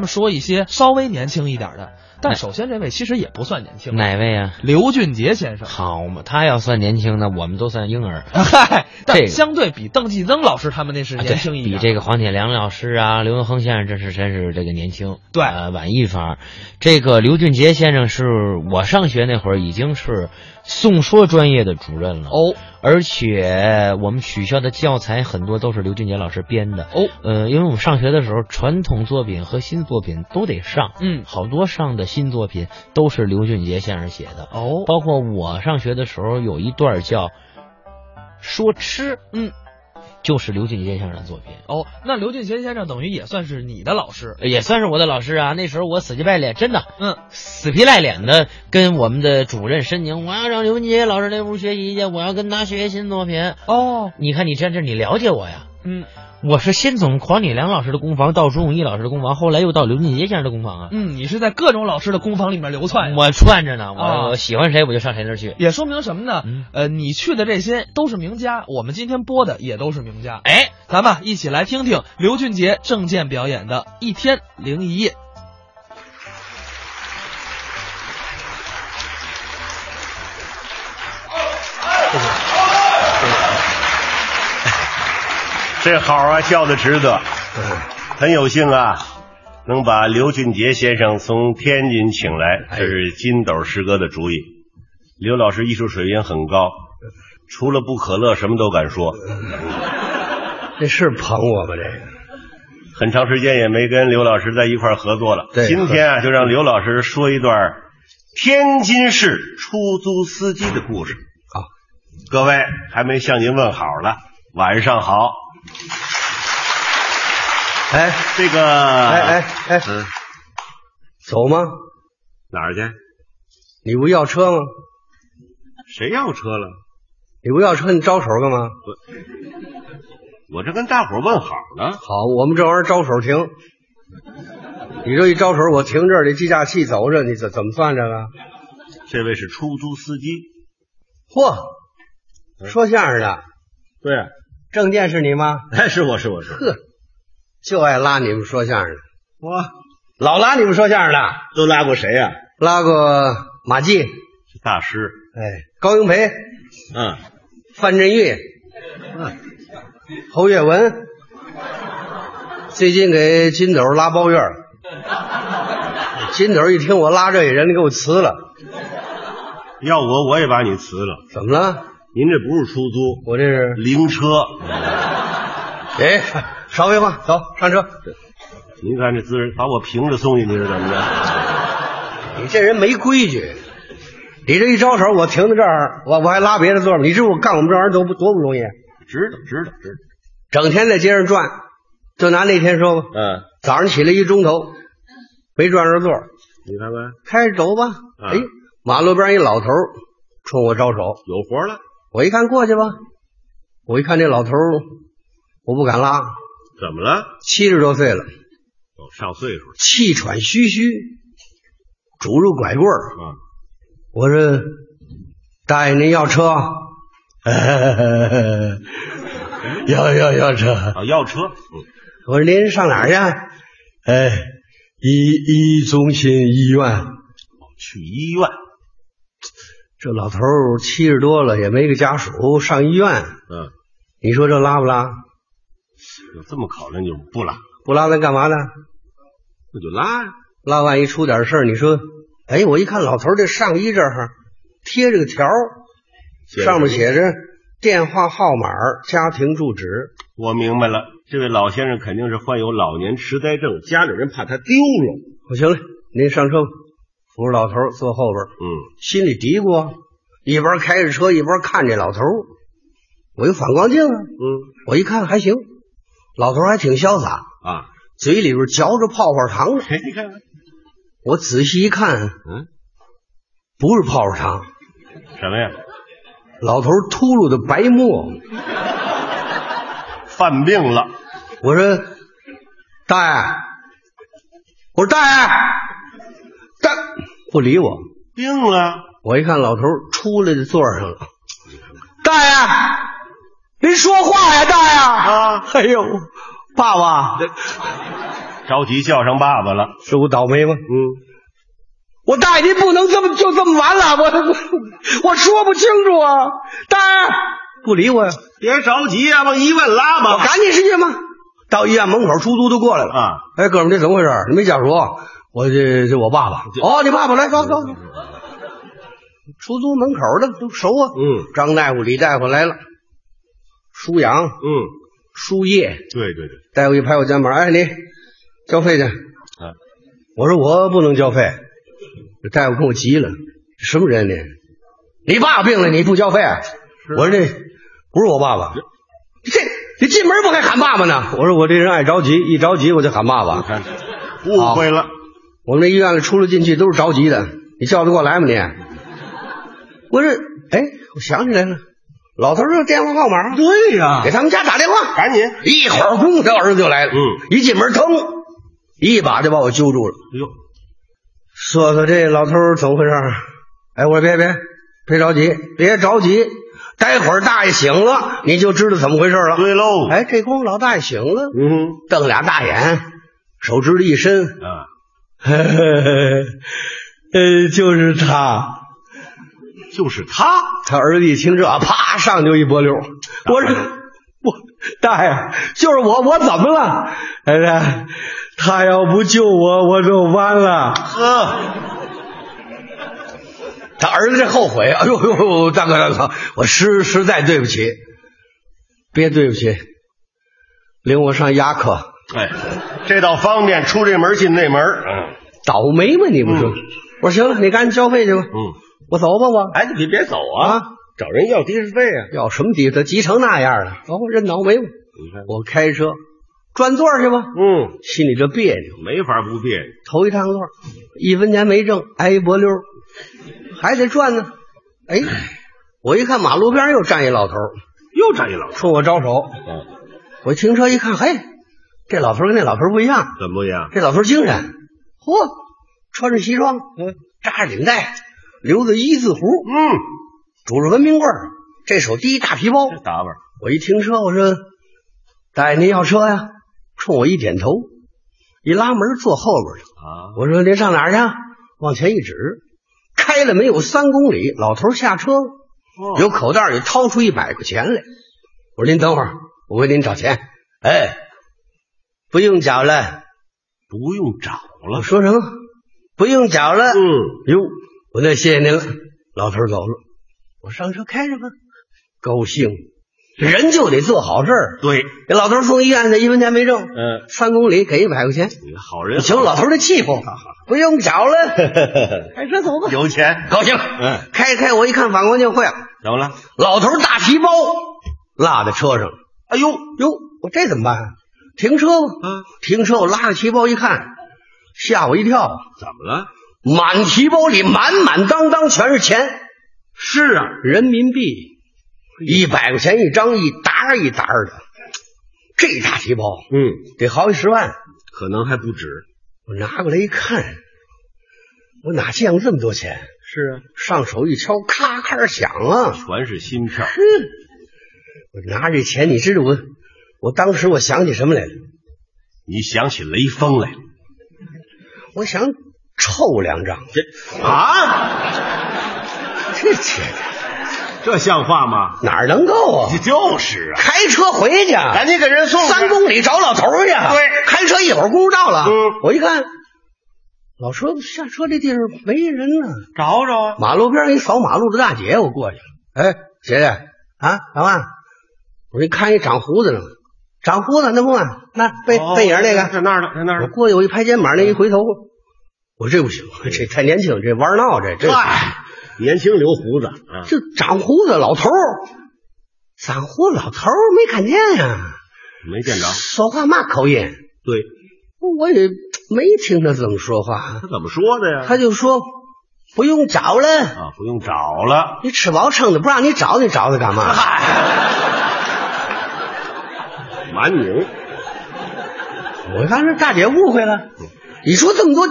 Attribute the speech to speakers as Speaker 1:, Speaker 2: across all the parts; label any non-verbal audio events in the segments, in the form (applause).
Speaker 1: 们说一些稍微年轻一点的。
Speaker 2: 哎
Speaker 1: 但首先这位其实也不算年轻，
Speaker 2: 哪位啊？
Speaker 1: 刘俊杰先
Speaker 2: (laughs)
Speaker 1: 生。
Speaker 2: 好嘛，他要算年轻呢，我们都算婴儿。
Speaker 1: 嗨，
Speaker 2: 这
Speaker 1: 但
Speaker 2: 个
Speaker 1: 相对比邓继增老师他们那是
Speaker 2: 啊
Speaker 1: 年
Speaker 2: 对
Speaker 1: 轻一
Speaker 2: 比
Speaker 1: 点。
Speaker 2: 这个黄铁良老师啊、刘文亨先生，这是真是这个年轻，
Speaker 1: 对
Speaker 2: 呃，晚一番儿。这个刘俊杰先生是我上学那会儿已经是宋说专业的主任了，
Speaker 1: 哦
Speaker 2: 而且我们学校的教材很多都是刘俊杰老师编的。
Speaker 1: 哦，
Speaker 2: 呃，因为我们上学的时候，传统作品和新作品都得上，
Speaker 1: 嗯
Speaker 2: 好多上的新作品都是刘俊杰先生写的，
Speaker 1: 哦
Speaker 2: 包括我上学的时候有一段叫“说吃”，
Speaker 1: 嗯，
Speaker 2: 就是刘俊杰先生的作品。
Speaker 1: 哦，那刘俊杰先生等于也算是你的老师。
Speaker 2: 也算是我的老师啊。那时候我死乞白脸，真的
Speaker 1: 嗯，
Speaker 2: 死皮赖脸的跟我们的主任申请，我要让刘文杰老师那屋学习去，我要跟他学新作品。
Speaker 1: 哦，
Speaker 2: 你看，你真是你了解我呀。
Speaker 1: 嗯
Speaker 2: 我是先从黄铁良老师的工坊到朱永义老师的工坊，后来又到刘俊杰先生的工坊啊。
Speaker 1: 嗯，你是在各种老师的工坊里面流窜呀。
Speaker 2: 我串着呢，我、
Speaker 1: 啊
Speaker 2: 我喜欢谁我就上谁那儿去。
Speaker 1: 也说明什么呢？
Speaker 2: 嗯
Speaker 1: 呃，你去的这些都是名家，我们今天播的也都是名家。
Speaker 2: 哎，
Speaker 1: 咱们啊一起来听听刘俊杰郑健表演的《一天零一夜》。
Speaker 3: (laughs) 这好啊，叫的值得。很有幸啊，能把刘俊杰先生从天津请来，
Speaker 4: 哎
Speaker 3: 这是金斗师哥的主意。刘老师艺术水平很高，除了不可乐，什么都敢说。
Speaker 4: (laughs) 这是捧我吗？这个
Speaker 3: 很长时间也没跟刘老师在一块儿合作了。
Speaker 4: 对
Speaker 3: 今天啊，就让刘老师说一段天津市出租司机的故事。
Speaker 4: 好，
Speaker 3: 各位还没向您问好呢，晚上好。
Speaker 4: 哎
Speaker 3: 这个，哎
Speaker 4: 哎哎哎，
Speaker 3: 嗯，
Speaker 4: 走吗？
Speaker 3: 哪儿去？
Speaker 4: 你不要车吗？
Speaker 3: 谁要车了？
Speaker 4: 你不要车，你招手干嘛？
Speaker 3: 我这跟大伙儿问好呢。
Speaker 4: 好，我们这玩意儿招手停。你这一招手，我停这儿，你计价器走着，你怎怎么算这个？
Speaker 3: 这位是出租司机，
Speaker 4: 嚯，说相声的
Speaker 3: 对，
Speaker 4: 郑健啊是你吗？
Speaker 3: 哎，是我是我是
Speaker 4: 呵，就爱拉你们说相声的，
Speaker 3: 我，
Speaker 4: 老拉你们说相声的，
Speaker 3: 都拉过谁呀、
Speaker 4: 啊拉过马季，
Speaker 3: 是大师，
Speaker 4: 哎，高英培，
Speaker 3: 嗯，
Speaker 4: 范振钰，嗯侯月文，最近给金斗拉包月了。金斗一听我拉这人，给我辞了。
Speaker 3: 要我我也把你辞了。
Speaker 4: 怎么了？
Speaker 3: 您这不是出租，
Speaker 4: 我这是
Speaker 3: 灵车。
Speaker 4: 哎，少废话，走上车。
Speaker 3: 您看这姿势，把我平着送进去是怎么着？
Speaker 4: 你这人没规矩，你这一招手，我停在这儿，我我还拉别的座儿吗？你知道我干我们这玩意儿多不多不容易？啊
Speaker 3: 知道知道知
Speaker 4: 整天在街上转，就拿那天说吧，
Speaker 3: 道。嗯，
Speaker 4: 早上起来一钟头，没转着座儿，
Speaker 3: 你看看
Speaker 4: 开始走吧。
Speaker 3: 嗯
Speaker 4: 哎，马路边一老头儿冲我招手，
Speaker 3: 有活了，
Speaker 4: 我一看过去吧，我一看这老头儿，我不敢拉，
Speaker 3: 怎么了？
Speaker 4: 七十多岁了，
Speaker 3: 哦，上岁数了
Speaker 4: 气喘吁吁，拄着拐棍儿。
Speaker 3: 啊。
Speaker 4: 我说：“大爷，您要车？ (laughs) 要要要车。
Speaker 3: 啊，要车，嗯，”
Speaker 4: 我说：“您上哪儿去？”哎，医医中心医院。
Speaker 3: 去医院。
Speaker 4: 这老头儿七十多了，也没个家属，上医院，
Speaker 3: 嗯，
Speaker 4: 你说这拉不拉？
Speaker 3: 有这么考量就不拉，
Speaker 4: 不拉咱干嘛呢？
Speaker 3: 那就拉呀。
Speaker 4: 拉万一出点事儿，你说，哎，我一看老头儿这上衣这儿贴着个条儿，
Speaker 3: 写着
Speaker 4: 上面
Speaker 3: 什么
Speaker 4: 写着电话号码、家庭住址。
Speaker 3: 我明白了，这位老先生肯定是患有老年痴呆症，家里人怕他丢了。
Speaker 4: 我行了，您上车吧。扶着老头儿坐后边儿，
Speaker 3: 嗯，
Speaker 4: 心里嘀咕啊，一边开着车一边看这老头儿。我有反光镜啊，
Speaker 3: 嗯
Speaker 4: 我一看还行，老头儿还挺潇洒，
Speaker 3: 啊，
Speaker 4: 嘴里边嚼着泡泡糖呢。
Speaker 3: 嘿，你看看
Speaker 4: 我仔细一看，
Speaker 3: 嗯，
Speaker 4: 不是泡泡糖，
Speaker 3: 什么呀？
Speaker 4: 老头儿秃噜的白沫。
Speaker 3: 犯病了，
Speaker 4: 我说：“大爷，我说大爷，大不理我。
Speaker 3: 病了，
Speaker 4: 我一看老头儿出来就坐上了，大爷，您说话呀，大爷！
Speaker 3: 啊
Speaker 4: 哎呦，爸爸，
Speaker 3: 着急叫上爸爸了。
Speaker 4: 是我倒霉吗？
Speaker 3: 嗯，
Speaker 4: 我大爷，您不能这么就这么完了，我我我说不清楚啊！大爷不理我呀，
Speaker 3: 别着急呀、往医院拉
Speaker 4: 我
Speaker 3: 吧。
Speaker 4: 赶紧去嘛。到医院门口，出租都过来了。
Speaker 3: 啊，
Speaker 4: 哎，哥们儿，这怎么回事儿？你没讲说啊，我这这我爸爸。哦，你爸爸来，走走。走出租门口的都熟啊。
Speaker 3: 嗯
Speaker 4: 张大夫、李大夫来了，舒阳、
Speaker 3: 嗯，
Speaker 4: 输液。
Speaker 3: 对对对，
Speaker 4: 大夫一拍我肩膀，哎，你交费去。
Speaker 3: 啊，
Speaker 4: 我说我不能交费。这大夫跟我急了，什么人你？啊你爸病了你不交费啊？我说这不是我爸爸。这你进门不还喊爸爸呢？我说我这人爱着急，一着急我就喊爸爸。
Speaker 3: 看误会了，
Speaker 4: 我们这医院里出来进去都是着急的，你叫得过来吗你？我这哎，我想起来了，老头儿有电话号码，
Speaker 3: 对呀
Speaker 4: 给他们家打电话。
Speaker 3: 赶紧，哎
Speaker 4: 一会儿功夫，他儿子就来了。
Speaker 3: 嗯，
Speaker 4: 一进门，腾，一把就把我揪住了。
Speaker 3: 哟，
Speaker 4: 说说这老头儿怎么回事儿？哎，我说别别别着急，别着急，待会儿大爷醒了，你就知道怎么回事了。
Speaker 3: 对喽，，
Speaker 4: 哎，这功夫老大爷醒了，
Speaker 3: 嗯
Speaker 4: 瞪俩大眼，手指头一伸， (laughs)
Speaker 3: 啊，
Speaker 4: 呃，哎就是他。
Speaker 3: 就是他，
Speaker 4: 他儿子一听这，啪上就一波溜。我说我大爷，就是我，我怎么了？哎呀，他要不救我，我就完了。
Speaker 3: 呵，
Speaker 4: 他儿子这后悔，哎呦呦呦，大哥大哥，我实实在对不起，别对不起，领我上牙科，
Speaker 3: 哎， (laughs) 这倒方便，出这门进那门，嗯
Speaker 4: 倒霉吗？你不说？
Speaker 3: 嗯
Speaker 4: 我说行了，你赶紧交费去吧，
Speaker 3: 嗯，
Speaker 4: 我走吧，我
Speaker 3: 哎，你别走啊，
Speaker 4: 啊。
Speaker 3: 找人要的士费啊，
Speaker 4: 要什么底子？急成那样了，走、认倒霉吧。
Speaker 3: 你看，
Speaker 4: 我开车转座去吧，
Speaker 3: 嗯，
Speaker 4: 心里这别扭，
Speaker 3: 没法不别扭，
Speaker 4: 头一趟座，一分钱没挣，挨一脖溜儿，还得转呢。哎，我一看马路边又站一老头儿，
Speaker 3: 又站一老头，
Speaker 4: 冲我招手。
Speaker 3: 嗯，
Speaker 4: 我停车一看，嘿，这老头儿跟那老头儿不一样，
Speaker 3: 怎么不一样？
Speaker 4: 这老头儿精神，嚯，穿着西装，嗯，扎着领带，留着一字胡，
Speaker 3: 嗯，
Speaker 4: 拄着文明棍儿，这手提一大皮包。
Speaker 3: 这打扮，
Speaker 4: 我一停车，我说：“大爷，您要车呀？”冲我一点头，一拉门坐后边去。
Speaker 3: 啊，
Speaker 4: 我说：“您上哪儿去？”往前一指，开了没有三公里，老头下车了，
Speaker 3: 哦
Speaker 4: 由口袋里掏出一百块钱来。我说：“您等会儿，我给您找钱。”哎，不用找了。
Speaker 3: 不用找了
Speaker 4: 我，说什么？不用找了。
Speaker 3: 嗯，
Speaker 4: 哟，我那谢谢您了。老头儿走了，我上车开着吧。高兴，人就得做好事儿。
Speaker 3: 对，
Speaker 4: 这老头儿从医院的一分钱没挣，
Speaker 3: 嗯，
Speaker 4: 三公里给一百块钱，
Speaker 3: 你好人，
Speaker 4: 请老头儿的气魄，不用找了，
Speaker 3: (laughs)
Speaker 4: 开车走吧。
Speaker 3: 有钱，
Speaker 4: 高兴，
Speaker 3: 嗯，
Speaker 4: 开开我一看，反光镜坏了，
Speaker 3: 怎么了？
Speaker 4: 老头儿大皮包落在车上了。
Speaker 3: 哎呦，
Speaker 4: 哟，我这怎么办啊？停车吧，
Speaker 3: 嗯，
Speaker 4: 停车，我拉着皮包一看，吓我一跳，
Speaker 3: 怎么了？
Speaker 4: 满皮包里满满当当全是钱，
Speaker 3: 是啊，
Speaker 4: 人民币，一百块钱一张，一沓儿一沓儿的，这大皮包
Speaker 3: 嗯，
Speaker 4: 得好几十万。
Speaker 3: 可能还不止，
Speaker 4: 我拿过来一看，我哪见过这么多钱？
Speaker 3: 是啊，
Speaker 4: 上手一敲，咔咔响啊！
Speaker 3: 全是心票，
Speaker 4: 我拿这钱，你知道我，我当时我想起什么来了？
Speaker 3: 你想起雷锋来了
Speaker 4: 我想臭两张，
Speaker 3: 啊？
Speaker 4: 这钱
Speaker 3: 这像话吗？
Speaker 4: 哪儿能够
Speaker 3: 哦
Speaker 4: 啊？
Speaker 3: 就是啊，
Speaker 4: 开车回去，啊
Speaker 3: 赶紧给人送
Speaker 4: 三公里找老头儿去。啊
Speaker 3: 对
Speaker 4: 开车一会儿功夫到了，
Speaker 3: 嗯
Speaker 4: 我一看，老车下车这地儿没人呢，
Speaker 3: 找找啊，
Speaker 4: 马路边儿一扫马路的大姐，我过去了。哎，姐姐啊，老万，我一看一长胡子呢，长胡子那不嘛，那背背影那个，
Speaker 3: 哦在那儿呢，在那儿
Speaker 4: 我
Speaker 3: 呢。
Speaker 4: 过去我一拍肩膀，那一回头，我这不行，这太年轻，这玩闹这这
Speaker 3: 嗨，年轻留胡子啊，
Speaker 4: 这长胡子老头儿，长胡子老头儿没看见呀、
Speaker 3: 没见着。
Speaker 4: 说话嘛口音，
Speaker 3: 对
Speaker 4: 我也没听他怎么说话
Speaker 3: 他，怎么说的呀？
Speaker 4: 他就说不用找了，
Speaker 3: 啊，不用找了，
Speaker 4: 你吃饱撑的不让你找，你找他干嘛？
Speaker 3: (laughs) 蛮牛。
Speaker 4: 我看这大姐误会了，你说这么多，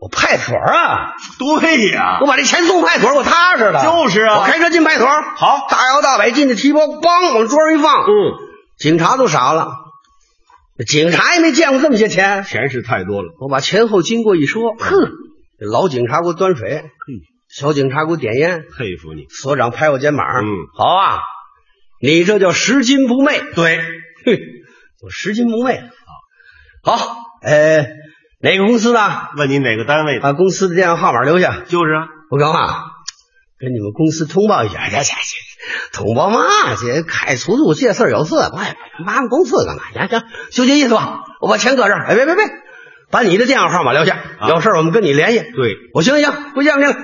Speaker 4: 我派出所啊，
Speaker 3: 对呀
Speaker 4: 我，把这钱送派出所，我踏实了。
Speaker 3: 就是啊
Speaker 4: 我开车进派出所，
Speaker 3: 好
Speaker 4: 大摇大摆进去，提包梆往桌上一放，
Speaker 3: 嗯，
Speaker 4: 警察都傻了。警察也没见过这么些钱。
Speaker 3: 钱是太嗯多了，
Speaker 4: 我把前后经过一说，哼，这老警察给我端水，
Speaker 3: 嗯
Speaker 4: 小警察给我点烟，
Speaker 3: 佩服你。
Speaker 4: 所长拍我肩膀，
Speaker 3: 嗯
Speaker 4: 好啊，你这叫拾金不昧。
Speaker 3: 对，
Speaker 4: 哼，我拾金不昧啊。好，呃，哪个公司的？
Speaker 3: 问你哪个单位的？
Speaker 4: 把公司的电话号码留下。
Speaker 3: 啊就是啊，
Speaker 4: 我告诉啊，跟你们公司通报一下。哎这这这，通报嘛，这开除了我这事儿有事，我也麻烦公司干嘛？行行，就这意思吧。我把钱搁这儿。哎，别别别，把你的电话号码留下，
Speaker 3: 啊
Speaker 4: 有事儿我们跟你联系。
Speaker 3: 对，
Speaker 4: 我行行，不见不见。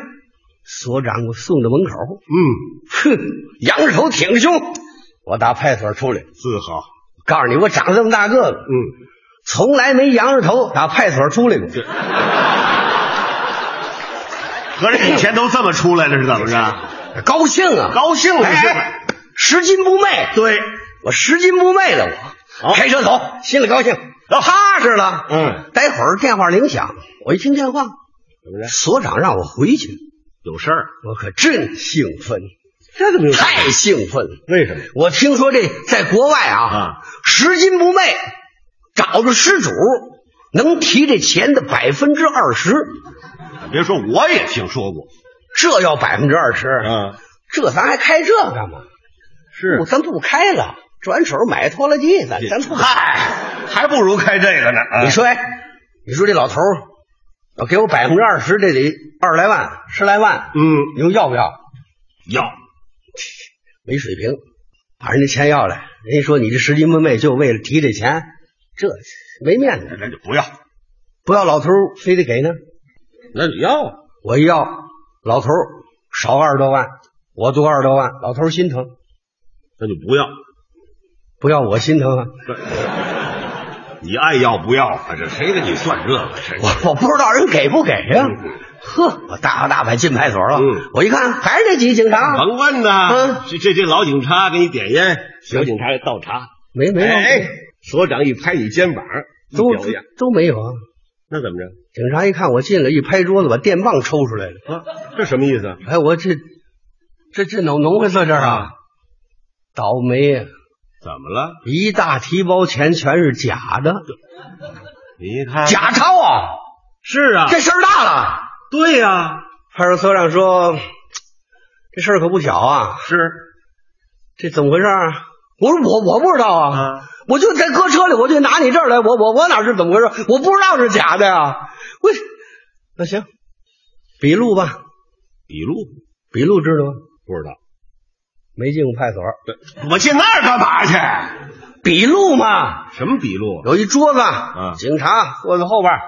Speaker 4: 所长给我送到门口，
Speaker 3: 嗯，
Speaker 4: 哼，仰着头挺着胸，我打派出所出来。
Speaker 3: 自豪，
Speaker 4: 告诉你，我长这么大个子，
Speaker 3: 嗯，
Speaker 4: 从来没仰着头打派出所出来过。
Speaker 3: 合着以前都这么出来了是怎么着？
Speaker 4: 高兴啊，
Speaker 3: 高兴了是
Speaker 4: 哎，拾金不昧，
Speaker 3: 对，
Speaker 4: 我拾金不昧了，我、
Speaker 3: 好
Speaker 4: 开车走，心里高兴，踏实了。
Speaker 3: 哦嗯，
Speaker 4: 待会儿电话铃响，我一听电话，
Speaker 3: 怎么着？
Speaker 4: 所长让我回去，
Speaker 3: 有事儿？
Speaker 4: 我可真兴奋，
Speaker 3: 这怎么
Speaker 4: 太兴奋了。
Speaker 3: 为什么？
Speaker 4: 我听说这在国外啊
Speaker 3: 啊，
Speaker 4: 拾金不昧，找着失主能提这钱的百分之二十，
Speaker 3: 别说我也听说过，
Speaker 4: 这要百分之二十，
Speaker 3: 嗯，
Speaker 4: 这咱还开这干嘛？
Speaker 3: 是
Speaker 4: 不，咱不开了，转手买拖拉机，咱咱不开。
Speaker 3: 还不如开这个呢。啊
Speaker 4: 你说，哎，你说这老头儿要给我百分之二十，这得二十来万、十来万，
Speaker 3: 嗯，
Speaker 4: 你说要不要？
Speaker 3: 要
Speaker 4: 没水平，把人家钱要来，人家说你这拾金不昧，就为了提这钱，这没面子。
Speaker 3: 那就不要，
Speaker 4: 不要老头儿非得给呢，
Speaker 3: 那你要
Speaker 4: 我一要，老头儿少二十多万，我多二十多万，老头儿心疼，
Speaker 3: 那就不要，
Speaker 4: 不要我心疼啊。
Speaker 3: 你爱要不要啊？这谁跟你算这个？谁
Speaker 4: 我我不知道人给不给呀、呵，我大摇大摆进派出所了。
Speaker 3: 嗯
Speaker 4: 我一看，还是那几个警察，
Speaker 3: 甭问
Speaker 4: 嗯
Speaker 3: 呐，这这这老警察给你点烟，小警察给倒茶，
Speaker 4: 没没有，
Speaker 3: 哎，所长一拍你肩膀，一
Speaker 4: 都
Speaker 3: 表演，
Speaker 4: 都没有啊。
Speaker 3: 那怎么着？
Speaker 4: 警察一看我进来，一拍桌子，把电棒抽出来了。
Speaker 3: 啊，这什么意思啊？
Speaker 4: 哎，我这这这弄弄回事这儿啊
Speaker 3: 啊，
Speaker 4: 倒霉呀！
Speaker 3: 怎么了？
Speaker 4: 一大提包钱全是假的，
Speaker 3: 你看，
Speaker 4: 假钞啊！
Speaker 3: 是啊，
Speaker 4: 这事儿大了。
Speaker 3: 对呀，
Speaker 4: 派出所长说，这事儿可不小啊，
Speaker 3: 是
Speaker 4: 这怎么回事儿啊？我说我我不知道啊
Speaker 3: 啊，
Speaker 4: 我就在搁车里，我就拿你这儿来，我我我哪知道怎么回事？我不知道是假的呀、我那行，笔录吧，
Speaker 3: 笔录
Speaker 4: 笔录知道吗？
Speaker 3: 不知道，
Speaker 4: 没进过派出所，
Speaker 3: 我进那儿干嘛去？
Speaker 4: 笔录嘛，
Speaker 3: 什么笔录啊？
Speaker 4: 有一桌子，
Speaker 3: 啊
Speaker 4: 警察坐在后边儿，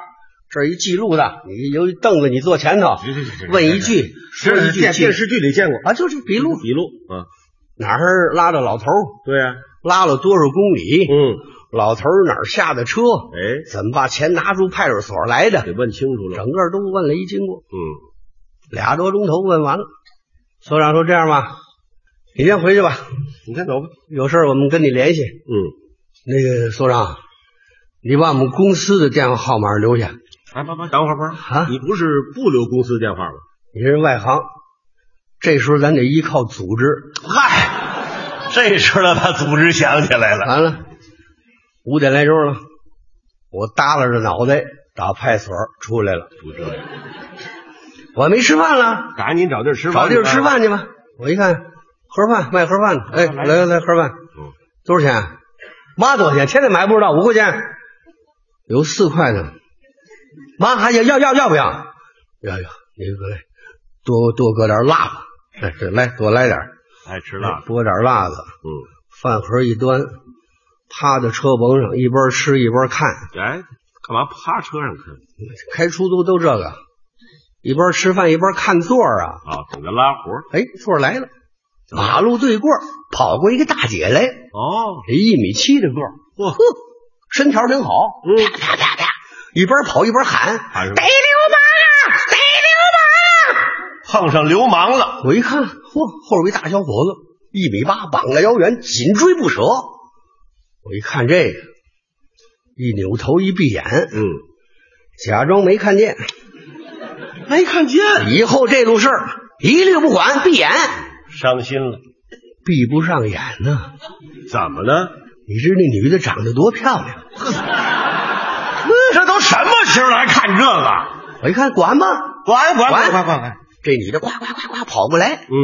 Speaker 4: 这儿一记录的，你有一凳子，你坐前头，
Speaker 3: 是是是是
Speaker 4: 问一句说一句
Speaker 3: 电
Speaker 4: 记
Speaker 3: 电视剧里见过
Speaker 4: 啊，就是笔录，
Speaker 3: 笔录啊，
Speaker 4: 哪儿拉着老头儿，
Speaker 3: 对呀，
Speaker 4: 拉了多少公里，
Speaker 3: 嗯，
Speaker 4: 老头儿哪儿下的车，
Speaker 3: 哎，
Speaker 4: 怎么把钱拿出派出所来的，
Speaker 3: 得问清楚了，
Speaker 4: 整个都问了一经过。
Speaker 3: 嗯，
Speaker 4: 俩多钟头问完了，所长说：“这样吧，你先回去吧，
Speaker 3: 你先走吧，
Speaker 4: 有事儿我们跟你联系。
Speaker 3: 嗯，
Speaker 4: 那个所长，你把我们公司的电话号码留下。
Speaker 3: 哎，不不，等会儿不是
Speaker 4: 啊
Speaker 3: 你不是不留公司电话吗？
Speaker 4: 你这是外行，这时候咱得依靠组织。
Speaker 3: 嗨，这时候了，把组织想起来了。
Speaker 4: 完了，五点来钟了，我耷拉着脑袋打派出所出来了，
Speaker 3: 不这，
Speaker 4: 我还没吃饭了，
Speaker 3: 赶紧找地儿吃饭，
Speaker 4: 找地儿吃。饭去吧。我一看盒饭卖盒饭的，哎，来来来盒饭
Speaker 3: 嗯，
Speaker 4: 多少钱啊？妈多少钱？天天买不知道，五块钱，有四块的。妈还要要要要不要？要要，你过来，多多搁点辣子，哎，这来多来点儿，
Speaker 3: 爱哎吃辣的，
Speaker 4: 多点辣子。
Speaker 3: 嗯，
Speaker 4: 饭盒一端，趴在车棚上，一边吃一边看。
Speaker 3: 哎，干嘛趴车上看
Speaker 4: 开出租都这个，一边吃饭一边看座儿啊。
Speaker 3: 啊？等着拉活儿
Speaker 4: 哎，座儿来了，马路对过儿跑过一个大姐来，哎
Speaker 3: 哦，
Speaker 4: 一米七的个儿，
Speaker 3: 嚯
Speaker 4: 呵，身条挺好，
Speaker 3: 嗯
Speaker 4: 啪啪啪啪，一边跑一边喊：“
Speaker 3: 喊什么
Speaker 4: 逮流氓！逮流氓！”
Speaker 3: 碰上流氓了，
Speaker 4: 我一看，嚯，后边一大小伙子，一米八，膀子腰圆，紧追不舍。我一看这个，一扭头一闭眼，
Speaker 3: 嗯，
Speaker 4: 假装没看见。
Speaker 3: 没看见，
Speaker 4: 以后这路事儿一律不管，闭眼，
Speaker 3: 伤心了，
Speaker 4: 闭不上眼呢、
Speaker 3: 怎么了？
Speaker 4: 你知道那女的长得多漂亮？
Speaker 3: 这都什么时候了，还看这个？
Speaker 4: 我一看，管吧，
Speaker 3: 管管
Speaker 4: 管
Speaker 3: 管管管！
Speaker 4: 这女的呱呱呱呱跑过来，
Speaker 3: 嗯，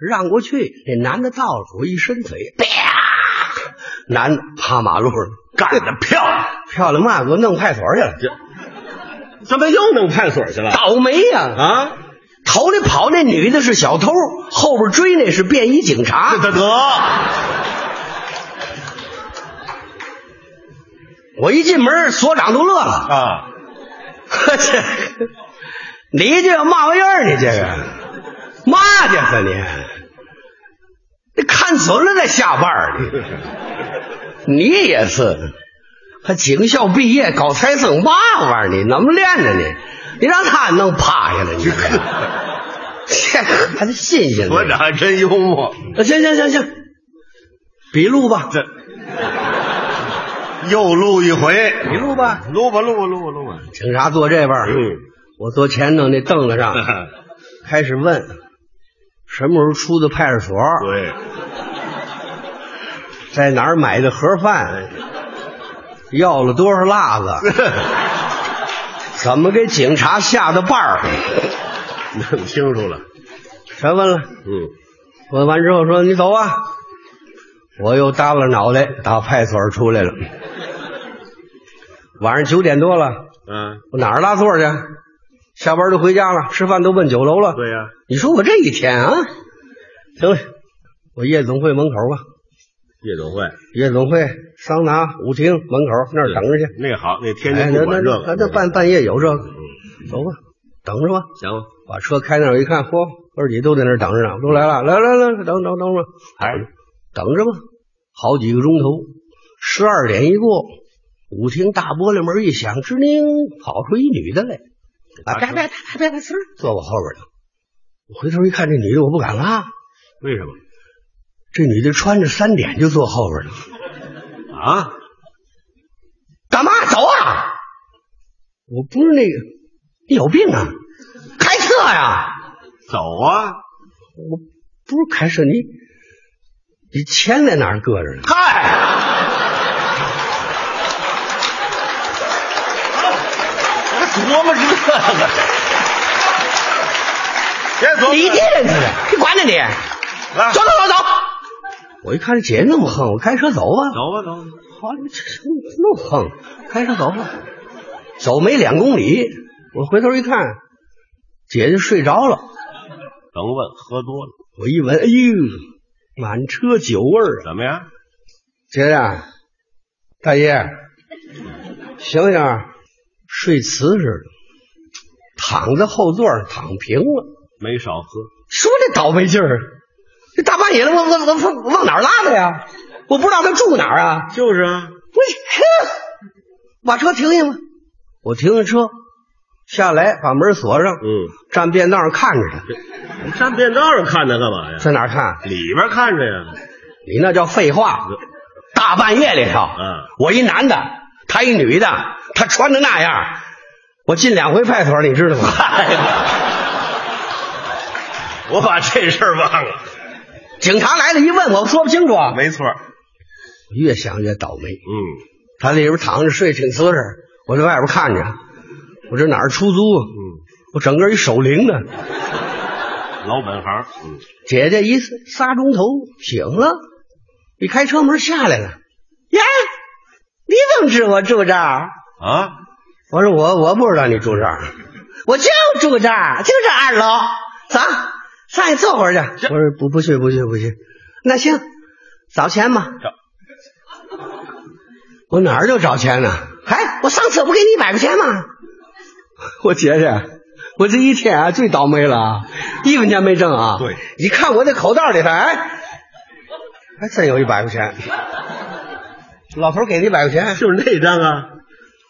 Speaker 4: 让过去，那男的倒着我一伸腿，啪，男的趴马路上，
Speaker 3: 干得漂亮！
Speaker 4: 漂亮嘛，给我弄派出所去了，
Speaker 3: 啊怎么又弄派出所去了？
Speaker 4: 倒霉呀、
Speaker 3: 啊！
Speaker 4: 头里跑那女的是小偷，后边追那是便衣警察。
Speaker 3: 得得，
Speaker 4: 我一进门，所长都
Speaker 3: (laughs)
Speaker 4: 乐了，
Speaker 3: 啊，
Speaker 4: 这 (laughs) 你这个嘛玩意儿？你这个嘛家伙你？你看准了再下绊儿，你你也是，还警校毕业搞财政嘛玩意儿？你能练着你？你让他弄趴下来，你 (laughs) 这还是新鲜
Speaker 3: 所
Speaker 4: 的。
Speaker 3: 长还真幽默，
Speaker 4: 行行行行，笔录吧，
Speaker 3: 这又录一回，
Speaker 4: 笔录吧。嗯
Speaker 3: 录吧录吧录吧录吧。
Speaker 4: 警察坐这边儿，
Speaker 3: 嗯 (laughs)
Speaker 4: 我坐前头那凳子上，开始问什么时候出的派出所，
Speaker 3: 对，
Speaker 4: 在哪儿买的盒饭，要了多少辣子，怎么给警察下的绊儿，
Speaker 3: (laughs) 弄清楚了。
Speaker 4: 全问了。
Speaker 3: 嗯，
Speaker 4: 问完之后说：“你走啊！”我又耷拉脑袋打派出所出来了。晚上九点多了，
Speaker 3: 嗯，
Speaker 4: 我哪儿拉座去？下班就回家了，吃饭都奔酒楼了。
Speaker 3: 啊对呀、
Speaker 4: 你说我这一天啊，行了，我夜总会门口吧，
Speaker 3: 夜总会
Speaker 4: 夜总会、桑拿、舞厅门口那儿等着去。
Speaker 3: 那个好，那天
Speaker 4: 哎，
Speaker 3: 天
Speaker 4: 那
Speaker 3: 不
Speaker 4: 那
Speaker 3: 管这个，
Speaker 4: 那那半半夜有这个，走吧，等着吧。
Speaker 3: 行吗？
Speaker 4: 把车开那儿我一看，嚯，二姐都在那儿等着呢，都来了，来来来，等等等吧，哎，等着吧，好几个钟头，十二点一过，舞厅大玻璃门一响，吱铃，跑出一女的来，啊，别别别别别，呲儿坐我后边了。我回头一看，这女的我不敢拉，
Speaker 3: 为什么
Speaker 4: 这女的穿着三点就坐后边了，
Speaker 3: 啊？
Speaker 4: 干嘛走啊？我不是那个，你有病啊？开车呀、
Speaker 3: 走啊！
Speaker 4: 不是开车，你你钱在哪儿搁着呢？
Speaker 3: 嗨，还琢磨这个，别琢磨
Speaker 4: 你这人似的，你管着你，
Speaker 3: 来
Speaker 4: 走走走走。我一看这姐那么横，我开车走啊吧。
Speaker 3: 走吧走吧，
Speaker 4: 好，你这这那么横，开车走吧。走没两公里，我回头一看，姐姐睡着了。
Speaker 3: 甭问，喝多了
Speaker 4: 我一闻，哎呦，满车酒味儿啊！
Speaker 3: 怎么样？
Speaker 4: 姐姐，大爷，醒醒，睡瓷实了，躺在后座上躺平了。
Speaker 3: 没少喝，
Speaker 4: 说这倒霉劲儿，这大半夜的，我我我我往哪儿拉的呀？我不知道他住哪儿啊！
Speaker 3: 就是啊，
Speaker 4: 我哼，把车停下吧。我停下车，下来把门锁上，
Speaker 3: 嗯，
Speaker 4: 站便道上看着他，
Speaker 3: 上便道上看他干嘛呀？
Speaker 4: 在哪儿看？
Speaker 3: 里边看着呀，
Speaker 4: 你那叫废话！大半夜里头，
Speaker 3: 嗯，
Speaker 4: 我一男的，他一女的，他穿的那样，我进两回派出所，你知
Speaker 3: (laughs)
Speaker 4: 道吗？
Speaker 3: (laughs) 我把这事儿忘了，
Speaker 4: 警察来了，一问我说不清楚，我
Speaker 3: 没错，
Speaker 4: 越想越倒霉。
Speaker 3: 嗯，
Speaker 4: 他里边躺着睡挺姿势，我在外边看着，我这哪儿出租啊？
Speaker 3: 嗯
Speaker 4: 我整个一守灵呢。
Speaker 3: 老本行，嗯，
Speaker 4: 姐姐一仨钟头醒了，一开车门下来了，呀，你怎么知我住这儿？
Speaker 3: 啊，
Speaker 4: 我说我我不知道你住这儿，我就住这儿，就这二楼。走，上去坐会儿去。我说不不去不去不去，那行，找钱吧。我哪儿就找钱呢？哎，我上次不给你买过钱吗？我姐姐，我这一天啊最倒霉了啊，一分钱没挣啊。
Speaker 3: 对，
Speaker 4: 你看我这口袋里头，哎，还真有一百块钱。老头儿给你一百块钱，
Speaker 3: 就是那张啊，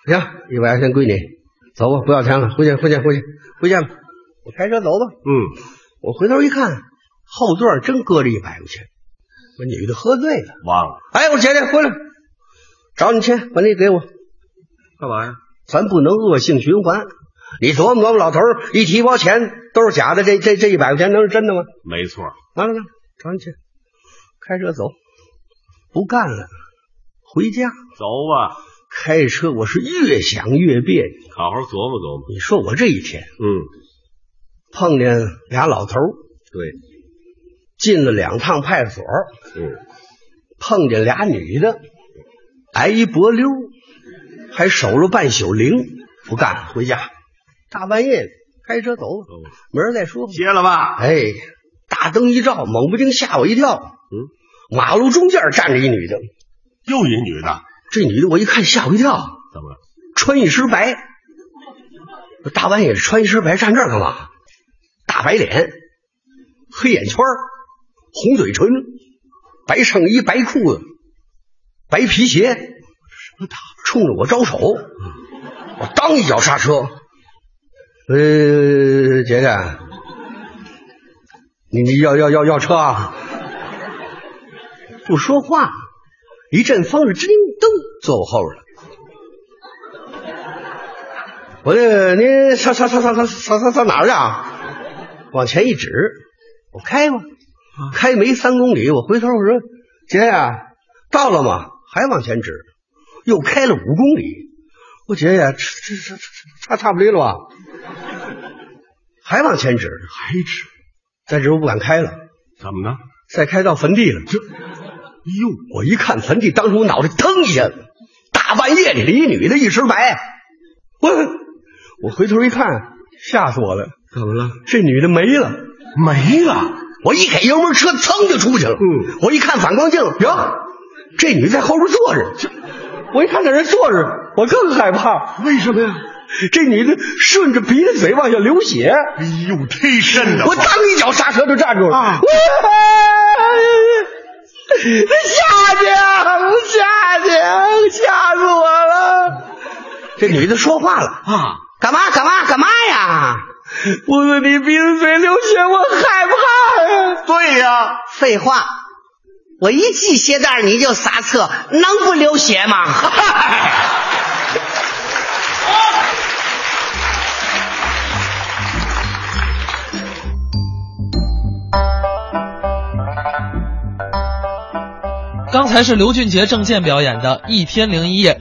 Speaker 4: 行，一百块钱归你，走吧，不要钱了，回去，回去，回去，回去吧。我开车走吧。
Speaker 3: 嗯，
Speaker 4: 我回头一看，后座真搁着一百块钱，我女的喝醉了。
Speaker 3: 忘了
Speaker 4: 哎，我姐姐回来，找你去，把那给我，
Speaker 3: 干嘛呀？
Speaker 4: 咱不能恶性循环。你琢磨琢磨，老头儿一提包钱都是假的，这这这一百块钱能是真的吗？
Speaker 3: 没错，
Speaker 4: 拿来拿来，找你去，开车走，不干了，回家，
Speaker 3: 走吧，
Speaker 4: 开车我是越想越别扭。
Speaker 3: 好好琢磨琢磨。
Speaker 4: 你说我这一天
Speaker 3: 嗯，
Speaker 4: 碰见俩老头儿
Speaker 3: 对，
Speaker 4: 进了两趟派出所，
Speaker 3: 嗯，
Speaker 4: 碰见俩女的，挨一脖溜，还守了半宿铃，不干了回家，大半夜的开车走吧，
Speaker 3: 哦
Speaker 4: 明儿再说吧。
Speaker 3: 歇了吧。
Speaker 4: 哎，大灯一照，猛不丁吓我一跳。嗯，马路中间站着一女的，
Speaker 3: 又一女的，
Speaker 4: 这女的我一看吓我一跳，
Speaker 3: 怎么了？
Speaker 4: 穿一身白，我大半夜穿一身白站这儿干嘛？大白脸，黑眼圈儿，红嘴唇，白上衣，白裤子，白皮鞋，什么大？冲着我招手，嗯我当一脚刹车。呃，姐姐，你你要要要要车啊？不说话，一阵风是叮噔坐我后边了。我这您上上上上上上上上哪儿去啊？往前一指，我开吧，开没三公里，我回头我说姐姐啊到了吗？还往前指，又开了五公里，我姐姐这这这这差差不离了吧？还往前指，
Speaker 3: 还吃？
Speaker 4: 再指我不敢开了，
Speaker 3: 怎么呢？
Speaker 4: 再开到坟地了。这
Speaker 3: 哟，
Speaker 4: 我一看坟地，当时我脑袋腾一下子，大半夜里的一女的一身白，我我回头一看，吓死我了，
Speaker 3: 怎么了？
Speaker 4: 这女的没了。
Speaker 3: 没了。
Speaker 4: 我一给油门，车噌就出去了。
Speaker 3: 嗯，
Speaker 4: 我一看反光镜，哟，这女在后边坐着。这我一看在这坐着，我更害怕。为什么呀？这女的顺着鼻子嘴往下流血，
Speaker 3: 哎呦，忒瘆得
Speaker 4: 我
Speaker 3: 慌。
Speaker 4: 当一脚刹车就站住了。
Speaker 3: 啊
Speaker 4: 喂下去啊！下去啊！吓死我了！这女的说话了。
Speaker 3: 啊，
Speaker 4: 干嘛干嘛干嘛呀？我说你鼻子嘴流血，我害怕呀、
Speaker 3: 对呀，
Speaker 5: 废话，我一系鞋带儿你就撒厕，能不流血吗？
Speaker 4: (laughs)
Speaker 1: 刚才是刘俊杰、郑健表演的《一天零一夜》，